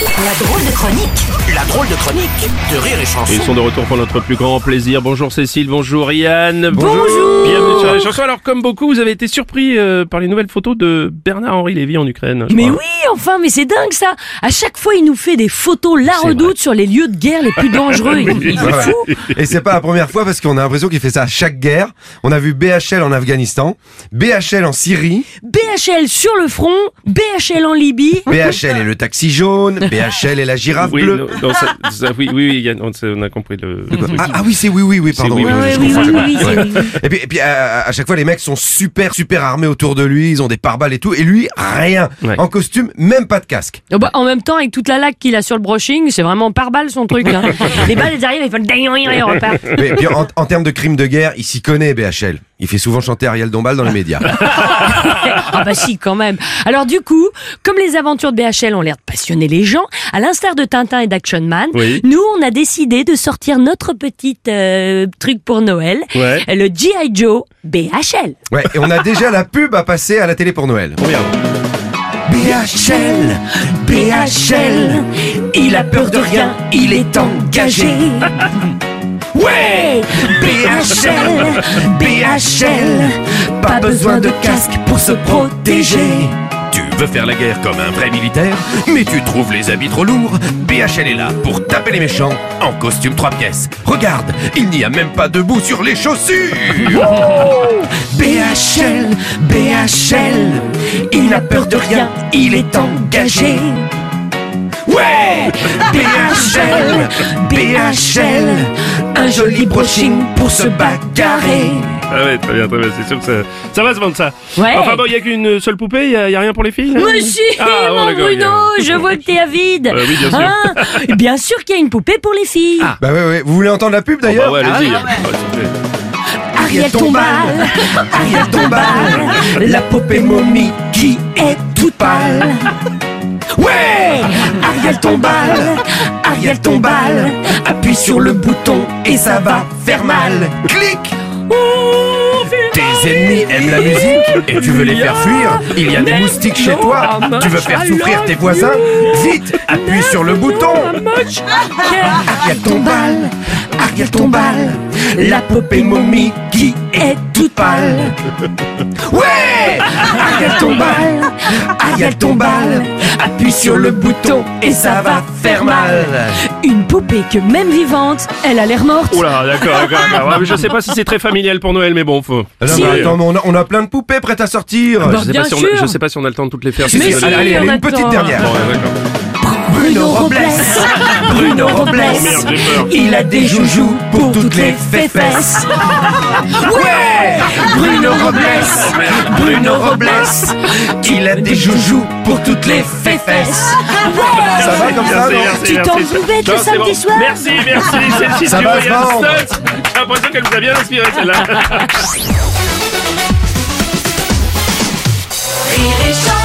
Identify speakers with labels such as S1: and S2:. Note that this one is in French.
S1: La drôle de chronique
S2: La drôle de chronique de Rire et Chanson.
S3: Et ils sont de retour pour notre plus grand plaisir. Bonjour Cécile, bonjour Yann.
S1: Bonjour.
S3: Bienvenue sur les chansons. Alors comme beaucoup, vous avez été surpris euh, par les nouvelles photos de Bernard-Henri Lévy en Ukraine. je
S4: Mais
S3: crois.
S4: oui, enfin, mais c'est dingue ça. À chaque fois, il nous fait des photos la
S3: C'est
S4: redoute sur les lieux de guerre les plus dangereux. Il, il est
S5: Voilà.
S4: Ah, fou.
S5: Et c'est pas la première fois parce qu'on a l'impression qu'il fait ça à chaque guerre. On a vu BHL en Afghanistan, BHL en Syrie,
S4: BHL sur le front, BHL en Libye.
S5: BHL et le taxi jaune, BHL et la girafe
S3: Oui,
S5: bleue.
S3: non, non, ça- ça- oui, oui, oui, Yann, on, ça, on a compris le. le truc.
S5: Ah, ah oui, c'est oui, oui, oui, pardon.
S3: oui,
S5: oui,
S3: oui,
S5: oui,
S3: je
S5: je
S3: comprends.
S4: c'est- oui, oui.
S5: Et puis, et puis, à, à chaque fois, les mecs sont super, super armés autour de lui. Ils ont des pare-balles et tout. Et lui, rien.
S3: Ouais.
S5: En costume, même pas de casque.
S4: Oh bah, en même temps, avec toute la laque qu'il a sur le brushing, c'est vraiment par balle son truc. hein. les balles, elles arrivent, elles font ding, ding, ding, et repartent.
S5: Mais et puis, en, en termes de crimes de guerre, il s'y connaît, BHL. Il fait souvent chanter Ariel Dombal dans les médias.
S4: Ah bah si, quand même. Alors du coup, comme les aventures de BHL ont l'air de passionner les gens, à l'instar de Tintin et d'Action Man,
S3: Oui.
S4: nous on a décidé de sortir notre petit euh, truc pour Noël,
S3: Ouais.
S4: le G.I. Joe BHL.
S5: Ouais, et on a déjà la pub à passer à la télé pour Noël.
S3: Combien
S5: BHL,
S4: BHL, il a peur de rien, il est engagé. Ouais, BHL, BHL, pas besoin de casque pour se protéger.
S2: Tu veux faire la guerre comme un vrai militaire, mais tu trouves les habits trop lourds. BHL est là pour taper les méchants en costume 3 pièces. Regarde, il n'y a même pas de bout sur les chaussures.
S4: BHL, BHL, il n'a peur de rien, il est engagé. Ouais, BHL, BHL, un joli brushing pour se bagarrer.
S3: Ah ouais, très bien, très bien. C'est sûr que ça, ça va se vendre ça.
S4: Ouais.
S3: Enfin bon, il y a qu'une seule poupée. Il y, a- il y a rien pour les filles. hein
S4: Monsieur,
S3: Ah, bon,
S4: mon
S3: d'accord,
S4: Bruno,
S3: ok.
S4: je vois que t'es avide.
S3: Euh, oui, bien sûr.
S4: Hein bien sûr qu'il y a une poupée pour les filles.
S5: Bah ouais, ouais. Vous voulez entendre la pub
S3: Bon, Ah. bah
S5: d'ailleurs
S3: ouais, allez-y.
S4: Ah,
S3: Ouais, s'il vous plaît.
S4: Ariel Tombal, Ariel Tombal, Ah, la poupée momie qui est toute pâle. Ouais, Ariel Tombal, Ariel Tombal, appuie sur le bouton et ça va faire mal.
S5: Clic
S2: Tes ennemis aiment la musique et tu veux les faire fuir. Il y a des moustiques chez toi. Tu veux faire souffrir tes voisins. Vite, appuie sur le bouton.
S4: Ariel Tombal, Ariel Tombal, la poupée momie qui est toute pâle. Ouais, Ariel Tombal, Ariel Tombal, appuie sur le bouton et ça va faire mal. Une poupée que même vivante, elle a l'air morte.
S3: Oula, d'accord, d'accord. d'accord. Ouais, mais Je sais pas si c'est très familial pour Noël, mais bon, faut.
S5: Ah non,
S3: Si.
S5: mais attends, mais on a, on a plein de poupées prêtes à sortir.
S3: Je sais,
S4: Bien
S3: pas si on
S4: sûr.
S3: a, je sais pas si on a le temps de toutes les faire.
S4: Mais
S3: Cécile.
S4: si,
S3: Allez, allez,
S4: on
S3: allez.
S5: une
S4: attend.
S5: petite dernière.
S3: Bon, ouais, d'accord.
S4: Bruno Robles, Bruno
S3: Oh merde,
S4: Robles,
S3: j'ai peur.
S4: il a des joujoux pour toutes les fesses. Ouais, Bruno Robles, Bruno Robles, il a des joujoux pour toutes les fesses.
S5: Ça va comme ça,
S3: Merci,
S5: non
S3: merci,
S4: Tu
S3: merci.
S4: t'en pouvais de
S3: Non,
S4: le
S3: c'est
S4: samedi
S3: bon.
S4: soir
S3: Merci, merci, Cécile
S5: Ça va,
S3: Durian
S5: se vendre.
S3: Stott. J'ai l'impression qu'elle vous a bien inspiré celle-là.
S1: Rire et Chanson